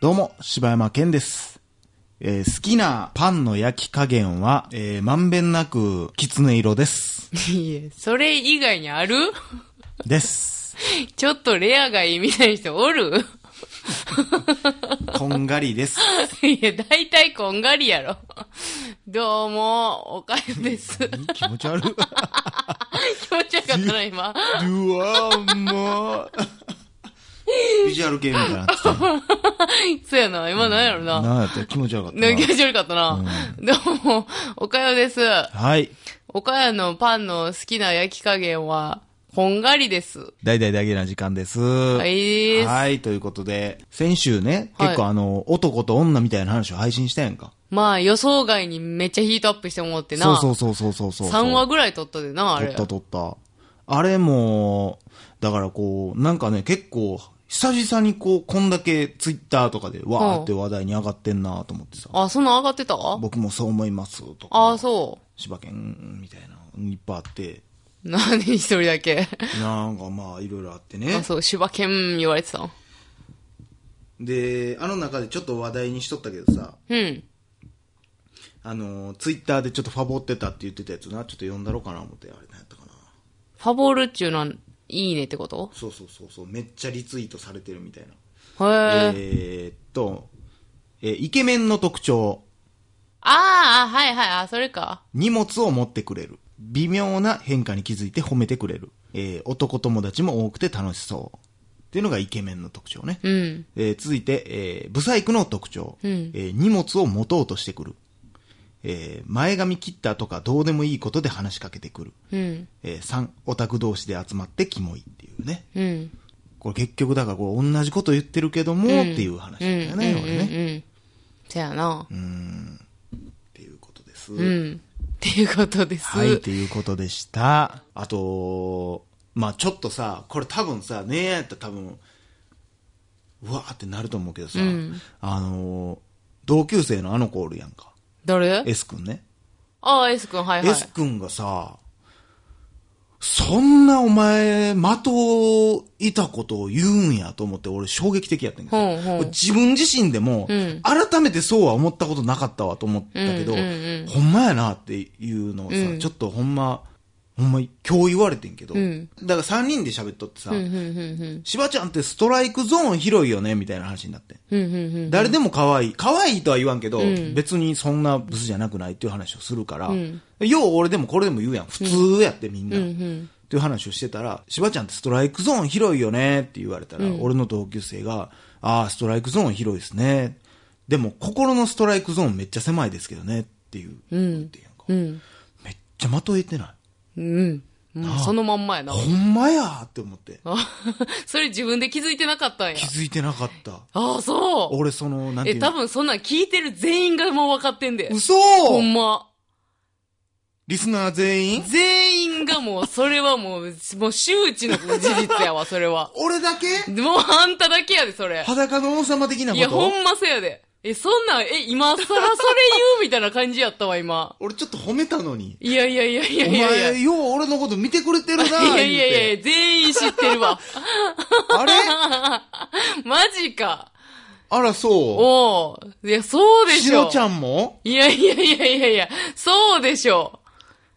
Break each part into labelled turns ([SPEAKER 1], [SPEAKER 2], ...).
[SPEAKER 1] どうも、柴山健です。えー好きなパンの焼き加減は、えーまんべんなく、きつね色です。
[SPEAKER 2] いえ、それ以外にある
[SPEAKER 1] です。
[SPEAKER 2] ちょっとレアがいいみたいな人おる
[SPEAKER 1] こんがりです。
[SPEAKER 2] いや、大体こんがりやろ。どうも、おかゆです。気
[SPEAKER 1] 気持ち悪い。
[SPEAKER 2] 持ちよかったな、今。
[SPEAKER 1] うわー、もう。ビジュアル系みたいになってたな。
[SPEAKER 2] そうやな、今なんやろな。
[SPEAKER 1] なんやった気持ち悪かったな
[SPEAKER 2] なんか気持ち悪かったな。どうも、おかよです。
[SPEAKER 1] はい。
[SPEAKER 2] おかよのパンの好きな焼き加減は、こんがりです。
[SPEAKER 1] 大々だけな時間です。
[SPEAKER 2] はいです
[SPEAKER 1] はい、ということで、先週ね、
[SPEAKER 2] はい
[SPEAKER 1] 結構あの、男と女みたいな話を配信したやんか。
[SPEAKER 2] まあ、予想外にめっちゃヒートアップしてもってな。
[SPEAKER 1] そうそうそうそうそうそう。
[SPEAKER 2] 3話ぐらい撮ったでな、あ
[SPEAKER 1] 取
[SPEAKER 2] れ。
[SPEAKER 1] った取った。あれも、だからこう、なんかね、結構、久々にこう、こんだけツイッターとかで、わーって話題に上がってんなと思ってさ、
[SPEAKER 2] あ、そんなん上がってたあ
[SPEAKER 1] 僕もそう思いますとか、
[SPEAKER 2] あ、そう。
[SPEAKER 1] 柴犬みたいな、いっぱいあって、
[SPEAKER 2] 何一人だけ。
[SPEAKER 1] なんかまあ、いろいろあって
[SPEAKER 2] あ、
[SPEAKER 1] ね。
[SPEAKER 2] そう、柴犬言われてたの。
[SPEAKER 1] で、あの中でちょっと話題にしとったけどさ、
[SPEAKER 2] うん。
[SPEAKER 1] あの、ツイッターでちょっとファボってたって言ってたやつな、ちょっと読んだろうかな思って、あれ何やったかな。
[SPEAKER 2] ファボールっちゅうのは、いいねってこと
[SPEAKER 1] そうそうそうそう、めっちゃリツイートされてるみたいな。
[SPEAKER 2] へえ。
[SPEAKER 1] えーっと、えーイケメンの特徴、
[SPEAKER 2] ああ、はいはい、あ、それか。
[SPEAKER 1] 荷物を持ってくれる。微妙な変化に気づいて褒めてくれる。えー男友達も多くて楽しそう。っていうのがイケメンの特徴ね。
[SPEAKER 2] うん。
[SPEAKER 1] えー続いて、えー、ブサイクの特徴、
[SPEAKER 2] うん
[SPEAKER 1] えー荷物を持とうとしてくる。えー前髪切ったとかどうでもいいことで話しかけてくる。
[SPEAKER 2] うん。
[SPEAKER 1] えー3、オタク同士で集まってキモいっていうね。
[SPEAKER 2] うん。
[SPEAKER 1] これ結局だからこう同じこと言ってるけども、っていう話
[SPEAKER 2] う
[SPEAKER 1] だ
[SPEAKER 2] ん。
[SPEAKER 1] よね、
[SPEAKER 2] うん。
[SPEAKER 1] 俺ね。
[SPEAKER 2] うんうん。せやな。
[SPEAKER 1] っていうことです。
[SPEAKER 2] うん。っていうことです。
[SPEAKER 1] はい、っていうことでした。あと、まあちょっとさ、これ多分さ、ねえやったら多分、うわーってなると思うけどさ、
[SPEAKER 2] うん
[SPEAKER 1] あのー、同級生のあの子おるやんか。
[SPEAKER 2] 誰
[SPEAKER 1] S 君ね。
[SPEAKER 2] ああ、S 君、はいはい。
[SPEAKER 1] S 君がさ、そんなお前、的をいたことを言うんやと思って、俺衝撃的やったんやけど
[SPEAKER 2] ほうほう
[SPEAKER 1] 自分自身でも、
[SPEAKER 2] うん
[SPEAKER 1] 改めてそうは思ったことなかったわと思ったけど、
[SPEAKER 2] うんうんうん
[SPEAKER 1] ほんまやなっていうのをさ、
[SPEAKER 2] うん
[SPEAKER 1] ちょっとほんま、ほんま今日言われてんけど、
[SPEAKER 2] うん
[SPEAKER 1] だから3人で喋っとってさ、
[SPEAKER 2] うん、うん、うん、
[SPEAKER 1] しばちゃんってストライクゾーン広いよねみたいな話になってん。
[SPEAKER 2] うん。うん、うん、うん。
[SPEAKER 1] 誰でも可愛い。可愛いとは言わんけど、
[SPEAKER 2] うん
[SPEAKER 1] 別にそんなブスじゃなくないっていう話をするから、
[SPEAKER 2] うん
[SPEAKER 1] よう俺でもこれでも言うやん。普通やってみんな。
[SPEAKER 2] うん、う
[SPEAKER 1] っ
[SPEAKER 2] ん。
[SPEAKER 1] ていう話をしてたら、しばちゃんってストライクゾーン広いよねって言われたら、俺の同級生が、ああ、ストライクゾーン広いですね。でも心のストライクゾーンめっちゃ狭いですけどねっていう。言ってんやんか
[SPEAKER 2] うん。
[SPEAKER 1] めっちゃまとえてない。
[SPEAKER 2] うん。もうそのまんまやな。
[SPEAKER 1] ほんまやーって思って。
[SPEAKER 2] それ自分で気づいてなかったんや
[SPEAKER 1] 気。づいてなかった。
[SPEAKER 2] ああ、そう。
[SPEAKER 1] 俺その、なんてい
[SPEAKER 2] え、
[SPEAKER 1] う
[SPEAKER 2] 多
[SPEAKER 1] の。
[SPEAKER 2] 分そんなん聞いてる全員がもう分かってんで。
[SPEAKER 1] 嘘
[SPEAKER 2] ほんま。
[SPEAKER 1] リスナー全員
[SPEAKER 2] 全員がもう、それはもう、もう周知の事 実やわ、それは。
[SPEAKER 1] 俺だけ
[SPEAKER 2] もうあんただけやで、それ。
[SPEAKER 1] 裸の王様的なこと
[SPEAKER 2] いや、ほんませやで。え、そんなん、え、今更それ言うみたいな感じやったわ、今。
[SPEAKER 1] 俺ちょっと褒めたのに。
[SPEAKER 2] いやいやいやいや
[SPEAKER 1] お
[SPEAKER 2] いやい
[SPEAKER 1] 前、よう俺のこと見てくれてるな
[SPEAKER 2] や。いやい
[SPEAKER 1] 言う
[SPEAKER 2] やい
[SPEAKER 1] て
[SPEAKER 2] や、全員知ってるわ。
[SPEAKER 1] あれ
[SPEAKER 2] マジか。
[SPEAKER 1] あら、そ
[SPEAKER 2] おう。いや、そう
[SPEAKER 1] う。
[SPEAKER 2] で
[SPEAKER 1] し
[SPEAKER 2] しょ。
[SPEAKER 1] ろちゃんも
[SPEAKER 2] いやいやいやいやいや、そうでしょ。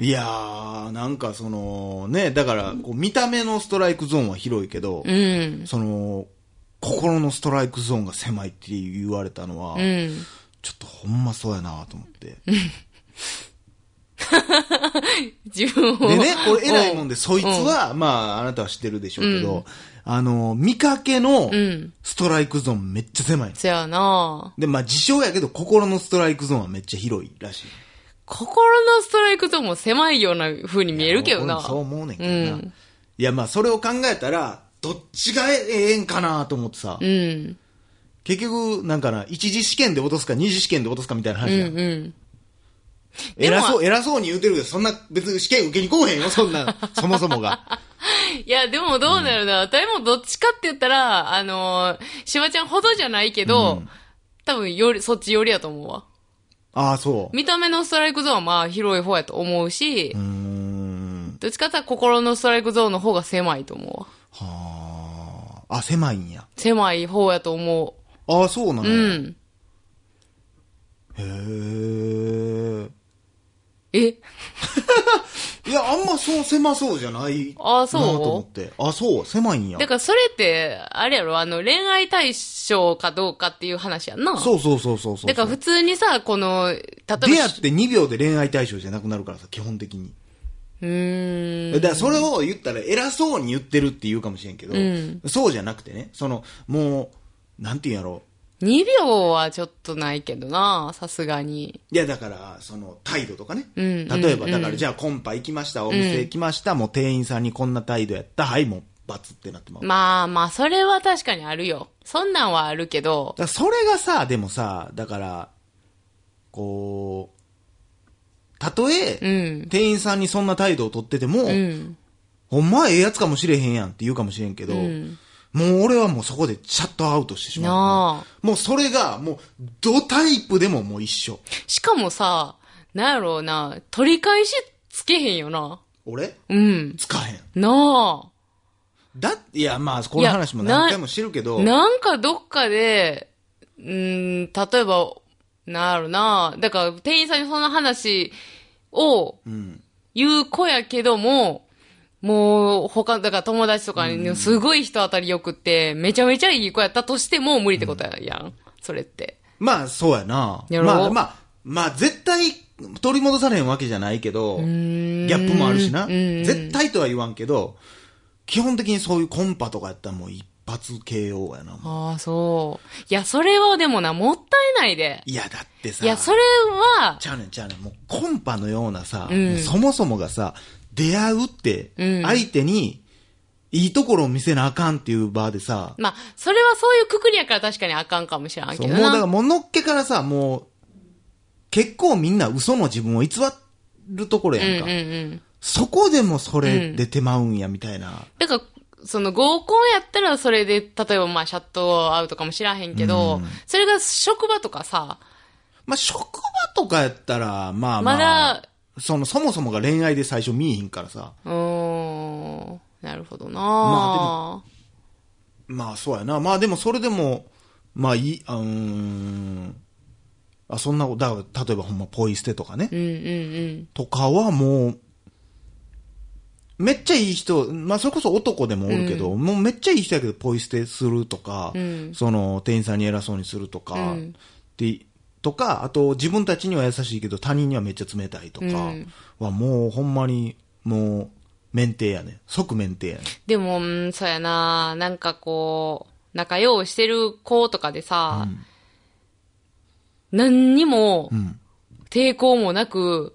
[SPEAKER 1] いやー、なんかその、ね、だから、こう見た目のストライクゾーンは広いけど
[SPEAKER 2] う、ん。
[SPEAKER 1] その、心のストライクゾーンが狭いって言われたのは、
[SPEAKER 2] うん。
[SPEAKER 1] ちょっとほんまそうやなと思って。
[SPEAKER 2] 自分を。
[SPEAKER 1] でね、俺偉いもん
[SPEAKER 2] で。
[SPEAKER 1] で、そいつは、まあ、あなたは知ってるでしょうけど、あの、見かけの
[SPEAKER 2] うん。
[SPEAKER 1] ストライクゾーンめっちゃ狭いの。
[SPEAKER 2] そやな
[SPEAKER 1] で、まあ、自称やけど、心のストライクゾーンはめっちゃ広いらしい。
[SPEAKER 2] 心のストライクゾーンも狭いような風に見えるけど
[SPEAKER 1] いや
[SPEAKER 2] な。
[SPEAKER 1] 俺もそう思うねんけどな。
[SPEAKER 2] うん
[SPEAKER 1] いや、まあ、それを考えたら、どっちがええんかなと思ってさ、
[SPEAKER 2] うん。
[SPEAKER 1] 結局、なんかな、一次試験で落とすか二次試験で落とすかみたいな
[SPEAKER 2] う
[SPEAKER 1] 話
[SPEAKER 2] ん
[SPEAKER 1] や、
[SPEAKER 2] うん。
[SPEAKER 1] 偉そう、偉そうに言うてるけど、そんな別に試験受けに来おへんよ、そんな、 そもそもが。
[SPEAKER 2] いや、でもどうなるな。私もどっちかって言ったら、あのー、しばちゃんほどじゃないけど、
[SPEAKER 1] うん
[SPEAKER 2] 多分より、そっちよりやと思うわ。
[SPEAKER 1] ああ、そう。
[SPEAKER 2] 見た目のストライクゾーンはまあ広い方やと思うし、
[SPEAKER 1] うーん。
[SPEAKER 2] どっちかって言ったら心のストライクゾーンの方が狭いと思うわ。
[SPEAKER 1] はあ。あ、狭いんや。
[SPEAKER 2] 狭い方やと思
[SPEAKER 1] ああ、そうなん
[SPEAKER 2] う。
[SPEAKER 1] や。へ
[SPEAKER 2] うん。
[SPEAKER 1] え。
[SPEAKER 2] え
[SPEAKER 1] いや、あんまそう狭そうじゃない
[SPEAKER 2] あそう
[SPEAKER 1] なと思って。あ、そう、狭いんや
[SPEAKER 2] だ。からそれって、あれやろ、あの、恋愛対象かどうかっていう話やんな。
[SPEAKER 1] そうそうそうそうそう。
[SPEAKER 2] だから普通にさ、この、例えば、
[SPEAKER 1] 出会って2秒で恋愛対象じゃなくなるからさ、基本的に。
[SPEAKER 2] うーん。
[SPEAKER 1] だからそれを言ったら偉そうに言ってるって言うかもしれんけど、
[SPEAKER 2] うん
[SPEAKER 1] そうじゃなくてね、その、もう、なんて言うんやろ
[SPEAKER 2] 2秒はちょっとないけどな、さすがに。
[SPEAKER 1] いや、だから、その、態度とかね。
[SPEAKER 2] うん
[SPEAKER 1] 例えば、
[SPEAKER 2] うん
[SPEAKER 1] だから、じゃあ、コンパ行きました、お店行きました、もう店員さんにこんな態度やった、はい、もう、バツってなってまう。だか
[SPEAKER 2] まあまあ、それは確かにあるよ。そんなんはあるけど、
[SPEAKER 1] らそれがさ、でもさ、だから、こう、たとえ、
[SPEAKER 2] うん。
[SPEAKER 1] 店員さんにそんな態度を取ってても、
[SPEAKER 2] うん。
[SPEAKER 1] ほんまはええやつかもしれへんやんって言うかもしれんけど、
[SPEAKER 2] うん
[SPEAKER 1] もう俺はもうそこでシャットアウトしてしまう。
[SPEAKER 2] なあ。
[SPEAKER 1] もうそれが、もう、どタイプでももう一緒。
[SPEAKER 2] しかもさ、なんやろうな、取り返しつけへんよな。
[SPEAKER 1] 俺
[SPEAKER 2] うん。
[SPEAKER 1] つかへん。
[SPEAKER 2] な
[SPEAKER 1] だって、いや、まあ、この話も何回もしてるけ
[SPEAKER 2] あ。
[SPEAKER 1] ど、
[SPEAKER 2] なんかどっかで、うーん、例えば、なんやろうな。だから、店員さんにその話を
[SPEAKER 1] うん。
[SPEAKER 2] 言う子やけども、もう、他、だから友達とかにすごい人当たりよくって、めちゃめちゃいい子やったとしても無理ってことやん。それって。
[SPEAKER 1] まあ、そうやな。
[SPEAKER 2] やろ
[SPEAKER 1] まあ、まあ、まあ、絶対、取り戻されへんわけじゃないけど、ギャップもあるしな。
[SPEAKER 2] うーん
[SPEAKER 1] 絶対とは言わんけど、基本的にそういうコンパとかやったらもう一発 KO やな。
[SPEAKER 2] ああ、そう。いや、それはでもな、もったいないで。
[SPEAKER 1] いや、だってさ。
[SPEAKER 2] いや、それは、
[SPEAKER 1] ちゃうねんちゃうねん。もうコンパのようなさ、
[SPEAKER 2] ん
[SPEAKER 1] もうそもそもがさ、出会うって、
[SPEAKER 2] うん
[SPEAKER 1] 相手に、いいところを見せなあかんっていう場でさ、
[SPEAKER 2] まあ、それはそういうくくりやから確かにあかんかもしれんけ
[SPEAKER 1] そ
[SPEAKER 2] ど
[SPEAKER 1] う
[SPEAKER 2] な。
[SPEAKER 1] もうだからもうのっけからさ、もう、結構みんな嘘の自分を偽るところやんか。
[SPEAKER 2] うんうんうん。
[SPEAKER 1] そこでもそれ出てまうんや、みたいな。
[SPEAKER 2] だから、その合コンやったらそれで、例えばまあ、シャットアウトかもしらへんけど、それが職場とかさ、
[SPEAKER 1] まあ、職場とかやったら、まあまあ、
[SPEAKER 2] まだ
[SPEAKER 1] その、そもそもが恋愛で最初見えへんからさ、
[SPEAKER 2] うーん、なるほどな
[SPEAKER 1] ままあそうやな。まあでもそれでも、まあいい、あうーん。あ、そんなこと、だから例えばほんまポイ捨てとかね。
[SPEAKER 2] うんうん
[SPEAKER 1] とかはもう、めっちゃいい人、まあそれこそ男でもおるけど、もうめっちゃいい人やけどポイ捨てするとか、
[SPEAKER 2] うん
[SPEAKER 1] その店員さんに偉そうにするとか、
[SPEAKER 2] うん
[SPEAKER 1] でとか、あと自分たちには優しいけど他人にはめっちゃ冷たいとか
[SPEAKER 2] うん
[SPEAKER 1] はもうほんまに、もう、免停やね。即免停やね。
[SPEAKER 2] でも、うん、そうやななんかこう、仲良うしてる子とかでさ、何にも
[SPEAKER 1] ん
[SPEAKER 2] 抵抗もなく、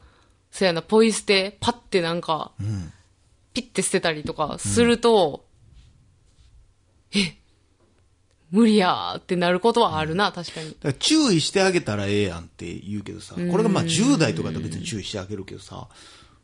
[SPEAKER 2] そうやな、ポイ捨て、パってなんか、
[SPEAKER 1] うん。
[SPEAKER 2] ピッて捨てたりとかすると、え、無理やーってなることはあるな、確かに。
[SPEAKER 1] だから注意してあげたらええやんって言うけどさ、これがまあ10代とかだと別に注意してあげるけどさ、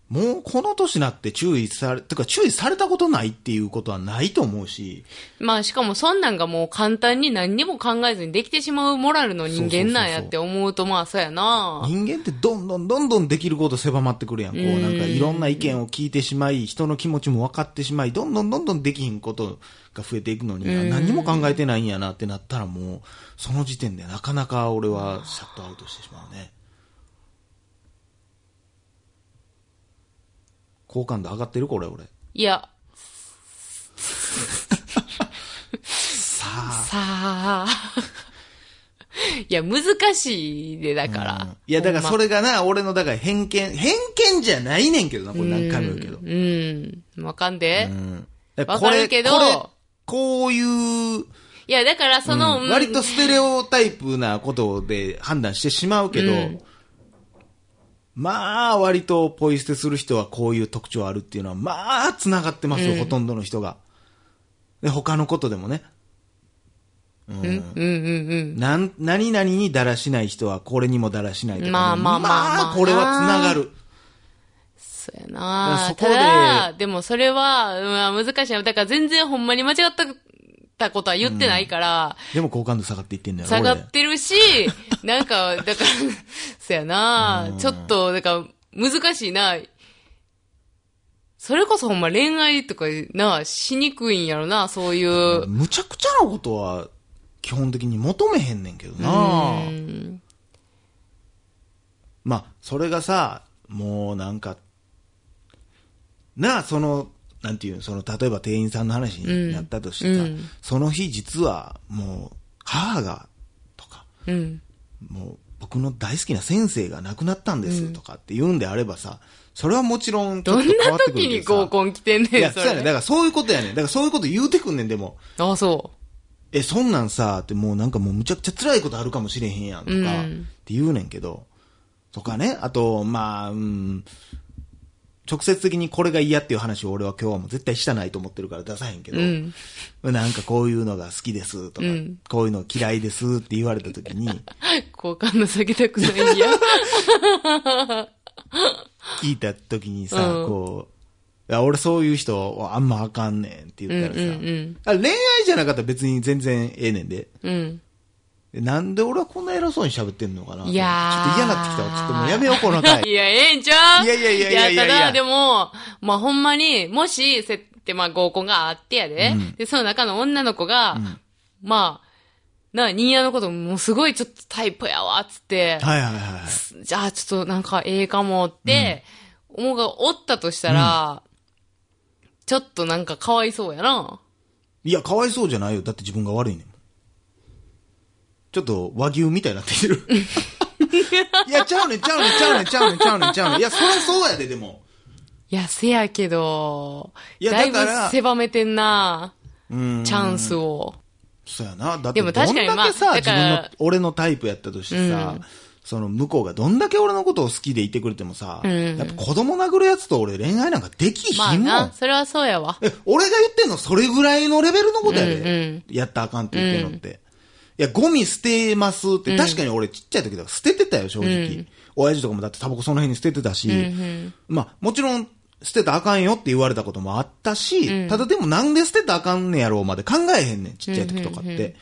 [SPEAKER 1] もうこの年になって注意され、てか注意されたことないっていうことはないと思うし、
[SPEAKER 2] まあしかもそんなんがもう簡単に何にも考えずにできてしまうモラルの人間なんやって思うとまあそうやな
[SPEAKER 1] 人間ってどんどんどんどんできること狭まってくるやん。こうなんかいろんな意見を聞いてしまい、人の気持ちも分かってしまい、どんどんどんどんできひんことが増えていくのに、何にも考えてないんやなってなったらもう、その時点でなかなか俺はシャットアウトしてしまうね。好感度上がってるこれ俺。
[SPEAKER 2] いや、
[SPEAKER 1] さあ。
[SPEAKER 2] さあ。 いや、難しいで、だから。
[SPEAKER 1] いやだから
[SPEAKER 2] ほ
[SPEAKER 1] そ
[SPEAKER 2] んま
[SPEAKER 1] れがな、俺のだから偏見、偏見じゃないねんけどな、これ何回も言うけど。
[SPEAKER 2] うん。わかんで。
[SPEAKER 1] だら
[SPEAKER 2] わかるけど
[SPEAKER 1] これこういう、
[SPEAKER 2] いや、だからその、うん
[SPEAKER 1] 割とステレオタイプなことで判断してしまうけど、
[SPEAKER 2] うん
[SPEAKER 1] まあ、割とポイ捨てする人はこういう特徴あるっていうのは、まあ、繋がってますよ、ほとんどの人が。で、他のことでもね。うん。
[SPEAKER 2] うんうん
[SPEAKER 1] なん、何々にだらしない人は、これにもだらしないとかね、
[SPEAKER 2] まあまあまあまあ
[SPEAKER 1] まあこれは繋がる。
[SPEAKER 2] そうや
[SPEAKER 1] だ
[SPEAKER 2] な
[SPEAKER 1] からそこで
[SPEAKER 2] ただ、でもそれは、うん、難しいな。だから全然ほんまに間違った、たことは言ってないから、
[SPEAKER 1] でも好感度下がっていってんだよ、
[SPEAKER 2] 下が
[SPEAKER 1] 俺
[SPEAKER 2] ってるし、なんか、だから、そうやなちょっと、だから、難しいなそれこそほんま恋愛とかな、しにくいんやろな、そういう。
[SPEAKER 1] むちゃくちゃなことは、基本的に求めへんねんけどな
[SPEAKER 2] うん
[SPEAKER 1] まあ、それがさ、もうなんか、なあ、その、なんていうのその、例えば店員さんの話になったとしてさ、
[SPEAKER 2] うんうん
[SPEAKER 1] その日実は、もう、母が、とか、
[SPEAKER 2] うん。
[SPEAKER 1] もう、僕の大好きな先生が亡くなったんですとかって言うんであればさ、それはもちろん、ちょ
[SPEAKER 2] ど
[SPEAKER 1] っ
[SPEAKER 2] ん
[SPEAKER 1] と変わ
[SPEAKER 2] な
[SPEAKER 1] ってく
[SPEAKER 2] 時
[SPEAKER 1] るけ
[SPEAKER 2] に
[SPEAKER 1] ど
[SPEAKER 2] 合
[SPEAKER 1] さ。
[SPEAKER 2] コン来てん
[SPEAKER 1] い
[SPEAKER 2] ね
[SPEAKER 1] や、
[SPEAKER 2] ん、
[SPEAKER 1] そ
[SPEAKER 2] そう
[SPEAKER 1] やねん。だ
[SPEAKER 2] れ。
[SPEAKER 1] からそういうことやねん。だからそういうこと言うてくんねん、でも。
[SPEAKER 2] あ、そ
[SPEAKER 1] え、そんなんさ、ってもうなんかもうむちゃくちゃ辛いことあるかもしれへんやんとか、
[SPEAKER 2] うん
[SPEAKER 1] って言うねんけど、とかね、あと、まあ、うん、直接的にこれが嫌っていう話を俺は今日はもう絶対したないと思ってるから出さへんけ
[SPEAKER 2] う。
[SPEAKER 1] ど、
[SPEAKER 2] うん。
[SPEAKER 1] なんかこういうのが好きですとか、
[SPEAKER 2] うん
[SPEAKER 1] こういうの嫌いですって言われた時 に、
[SPEAKER 2] 好感度下げたくないん や。
[SPEAKER 1] 聞いた時にさ、
[SPEAKER 2] うん
[SPEAKER 1] こう、いや俺そういう人はあんまあかんねんって言ったらさ、
[SPEAKER 2] うんうんうん
[SPEAKER 1] あ恋愛じゃなかったら別に全然ええねんで。
[SPEAKER 2] うん。
[SPEAKER 1] でなんで俺はこんな偉そうに喋ってんのかなと思って
[SPEAKER 2] いやー
[SPEAKER 1] ちょっと嫌になってきたわ。ちょっともうやめよう、この 回。
[SPEAKER 2] いや、ええんちゃう
[SPEAKER 1] い
[SPEAKER 2] い
[SPEAKER 1] やいやいやいやいやいや
[SPEAKER 2] ただ、でも、まあ、ほんまに、もし、せって、まあ、合コンがあってやで、
[SPEAKER 1] うん
[SPEAKER 2] で、その中の女の子が、
[SPEAKER 1] ん
[SPEAKER 2] まあ、なあ、ニーヤのこともすごいちょっとタイプやわ、つって、
[SPEAKER 1] はいはいはい。
[SPEAKER 2] じゃあ、ちょっとなんかええかもって、思うがおったとしたら、ちょっとなんかかわいそうやな。
[SPEAKER 1] いや、かわいそうじゃないよ。だって自分が悪いねん。ちょっと和牛みたいになってきて る。いや、ちゃうねん、ちゃうねん、ちゃうねん、ちゃうねん、ちゃうねん、ちゃうねん。いや、そりゃそうやで、でも。
[SPEAKER 2] いや、せやけど、
[SPEAKER 1] いや
[SPEAKER 2] だいぶ
[SPEAKER 1] だから
[SPEAKER 2] 狭めてんな、
[SPEAKER 1] うん。
[SPEAKER 2] チャンスを。
[SPEAKER 1] そうやな。だって、ど
[SPEAKER 2] で
[SPEAKER 1] ん
[SPEAKER 2] も
[SPEAKER 1] だ
[SPEAKER 2] 確かに
[SPEAKER 1] けさ、
[SPEAKER 2] ま
[SPEAKER 1] 自
[SPEAKER 2] あだか
[SPEAKER 1] 分
[SPEAKER 2] ら
[SPEAKER 1] の、俺のタイプやったとしてさ、
[SPEAKER 2] うん
[SPEAKER 1] その向こうがどんだけ俺のことを好きでいてくれてもさ、
[SPEAKER 2] うん
[SPEAKER 1] やっぱ子供殴るやつと俺恋愛なんかでき
[SPEAKER 2] まあ
[SPEAKER 1] ひんもん。
[SPEAKER 2] な、それはそうやわ。
[SPEAKER 1] え、俺が言ってんのそれぐらいのレベルのことやで。
[SPEAKER 2] うんうん
[SPEAKER 1] やったらあかんって言ってんのって。いや、ゴミ捨てますって、確かに俺ちっちゃい時だから捨ててたよ、正直。親父とかもだってタバコその辺に捨ててたし、まあ、もちろん、捨てたらあかんよって言われたこともあったし、ただでもなんで捨てたらあかんねやろうまで考えへんねん、ちっちゃい時とかって。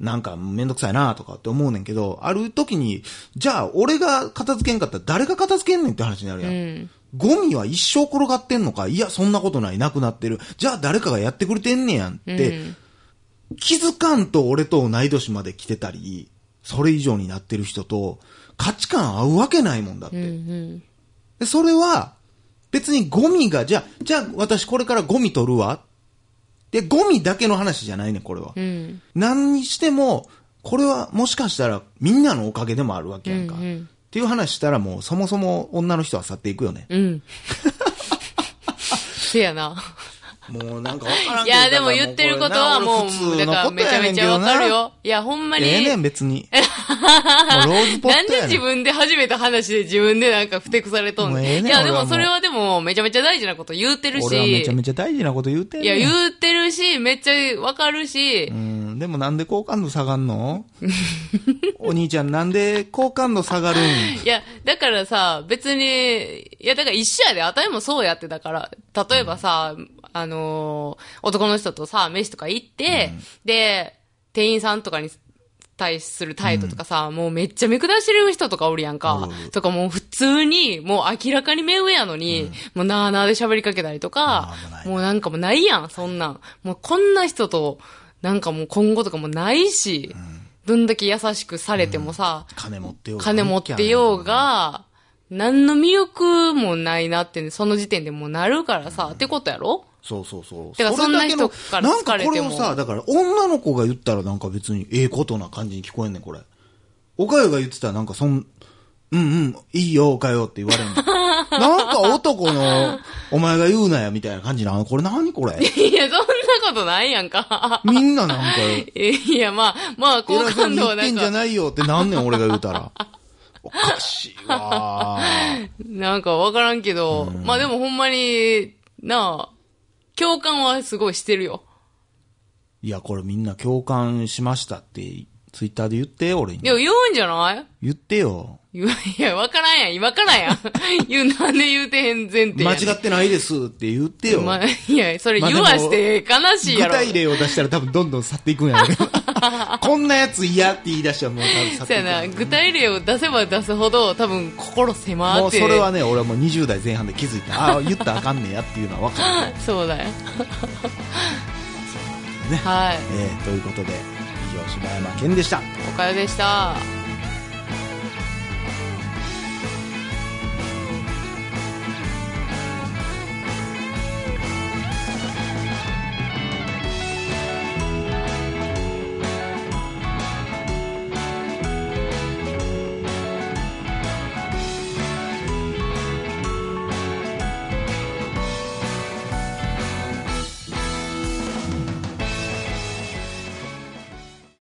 [SPEAKER 1] なんかめんどくさいなとかって思うねんけど、ある時に、じゃあ俺が片付けんかったら誰が片付けんねんって話になるやん。ゴミは一生転がってんのかいや、そんなことない、なくなってる。じゃあ誰かがやってくれてんねやんって、気づかんと俺と同い年まで来てたり、それ以上になってる人と価値観合うわけないもんだって。でそれは、別にゴミが、じゃあ、じゃあ私これからゴミ取るわ。で、ゴミだけの話じゃないね、これは。
[SPEAKER 2] うん。
[SPEAKER 1] 何にしても、これはもしかしたらみんなのおかげでもあるわけやんか。
[SPEAKER 2] うんうん
[SPEAKER 1] っていう話したらもうそもそも女の人は去っていくよね。
[SPEAKER 2] うん。 せやな。
[SPEAKER 1] もうなんかわからん
[SPEAKER 2] い
[SPEAKER 1] けど
[SPEAKER 2] や、でも言ってることはもう、だからめちゃめちゃわかる。よ。いや、ほんま
[SPEAKER 1] こ
[SPEAKER 2] に。
[SPEAKER 1] れ俺普通のことやねんけどなええねん別に。も うローズポッ
[SPEAKER 2] なん
[SPEAKER 1] トやね
[SPEAKER 2] で
[SPEAKER 1] ん。
[SPEAKER 2] 自分で始めた話で自分でなんか不適されとん
[SPEAKER 1] もうええ
[SPEAKER 2] ねん。
[SPEAKER 1] ねん
[SPEAKER 2] いや、で
[SPEAKER 1] 俺は
[SPEAKER 2] も
[SPEAKER 1] もう
[SPEAKER 2] それはでもめちゃめちゃ大事なこと言うてるし。
[SPEAKER 1] 俺はめちゃめ
[SPEAKER 2] い
[SPEAKER 1] ちゃ大事なこと言うてんね
[SPEAKER 2] や、
[SPEAKER 1] ん
[SPEAKER 2] 言うてるし、めっちゃわかるし
[SPEAKER 1] う。ん、でもなんで好感度下がんのお兄ちゃんなんで好感度下がるん
[SPEAKER 2] いや、だからさ、別に、いや、だから一緒やで、あたりもそうやって、だから、例えばさ、あのー男の人とさ、飯とか行って、で、店員さんとかに対する態度とかさ、もうめっちゃ見下してる人とかおるやん
[SPEAKER 1] おる
[SPEAKER 2] か
[SPEAKER 1] おる。
[SPEAKER 2] とかもう普通に、もう明らかに目上やのに、もうなあなあで喋りかけたりと
[SPEAKER 1] あ
[SPEAKER 2] か
[SPEAKER 1] ーもうない、な
[SPEAKER 2] もうなんかもうないやん、そんなん。もうこんな人と、なんかもう今後とかもないし、どんだけ優しくされてもさ、
[SPEAKER 1] 金持ってようが
[SPEAKER 2] 金持ってようが、何の魅力もないなって、その時点でもうなるからさ、ってことやろ
[SPEAKER 1] そうそうそう。
[SPEAKER 2] てか
[SPEAKER 1] れだけの
[SPEAKER 2] そんな人から好かれて
[SPEAKER 1] なん
[SPEAKER 2] も
[SPEAKER 1] かこれをさ、だから女の子が言ったらなんか別にええことな感じに聞こえんねん、これ。おかよが言ってたらなんかそん、うんうん、いいよ、おかよって言われ んの。なんか男の、お前が言うなや、みたいな感じなの。これ何これ。
[SPEAKER 2] いや、そんなことないやんか。
[SPEAKER 1] みんななんか、
[SPEAKER 2] えいや、まあ、まあ、好
[SPEAKER 1] 偉そう
[SPEAKER 2] 感
[SPEAKER 1] に
[SPEAKER 2] 度
[SPEAKER 1] 言
[SPEAKER 2] は
[SPEAKER 1] っ
[SPEAKER 2] な
[SPEAKER 1] て
[SPEAKER 2] ん
[SPEAKER 1] んじゃ
[SPEAKER 2] か、
[SPEAKER 1] ないよってなんねん、俺が言うたら。おかしいわ ー。
[SPEAKER 2] なんかわからんけど、まあでもほんまに、なあ、共感はすごいしてるよ。
[SPEAKER 1] いや、これみんな共感しましたって、ツイッターで言って、俺に
[SPEAKER 2] い。や、言うんじゃない
[SPEAKER 1] 言ってよ。
[SPEAKER 2] 言ういや、わからんやん。今からやん。 言う、なんで言うてへん前提や
[SPEAKER 1] 間
[SPEAKER 2] ねん。
[SPEAKER 1] 違ってないですって言ってよ。
[SPEAKER 2] まあいや、それ言わして悲しい
[SPEAKER 1] 具
[SPEAKER 2] やろ。
[SPEAKER 1] 体例を出したら多分どんどん去っていくんやろうけど。こんなやつ嫌って言い出したらもう多分
[SPEAKER 2] そうやな、具体例を出せば出すほど、多分心狭
[SPEAKER 1] も
[SPEAKER 2] ー
[SPEAKER 1] う
[SPEAKER 2] って。
[SPEAKER 1] それはね俺はもう20代前半で気づいたああ言ったらあかんねやっていうのは分かる
[SPEAKER 2] そ うだよ。
[SPEAKER 1] ね
[SPEAKER 2] はい。
[SPEAKER 1] えーということで以上柴山健でした
[SPEAKER 2] おかよでした。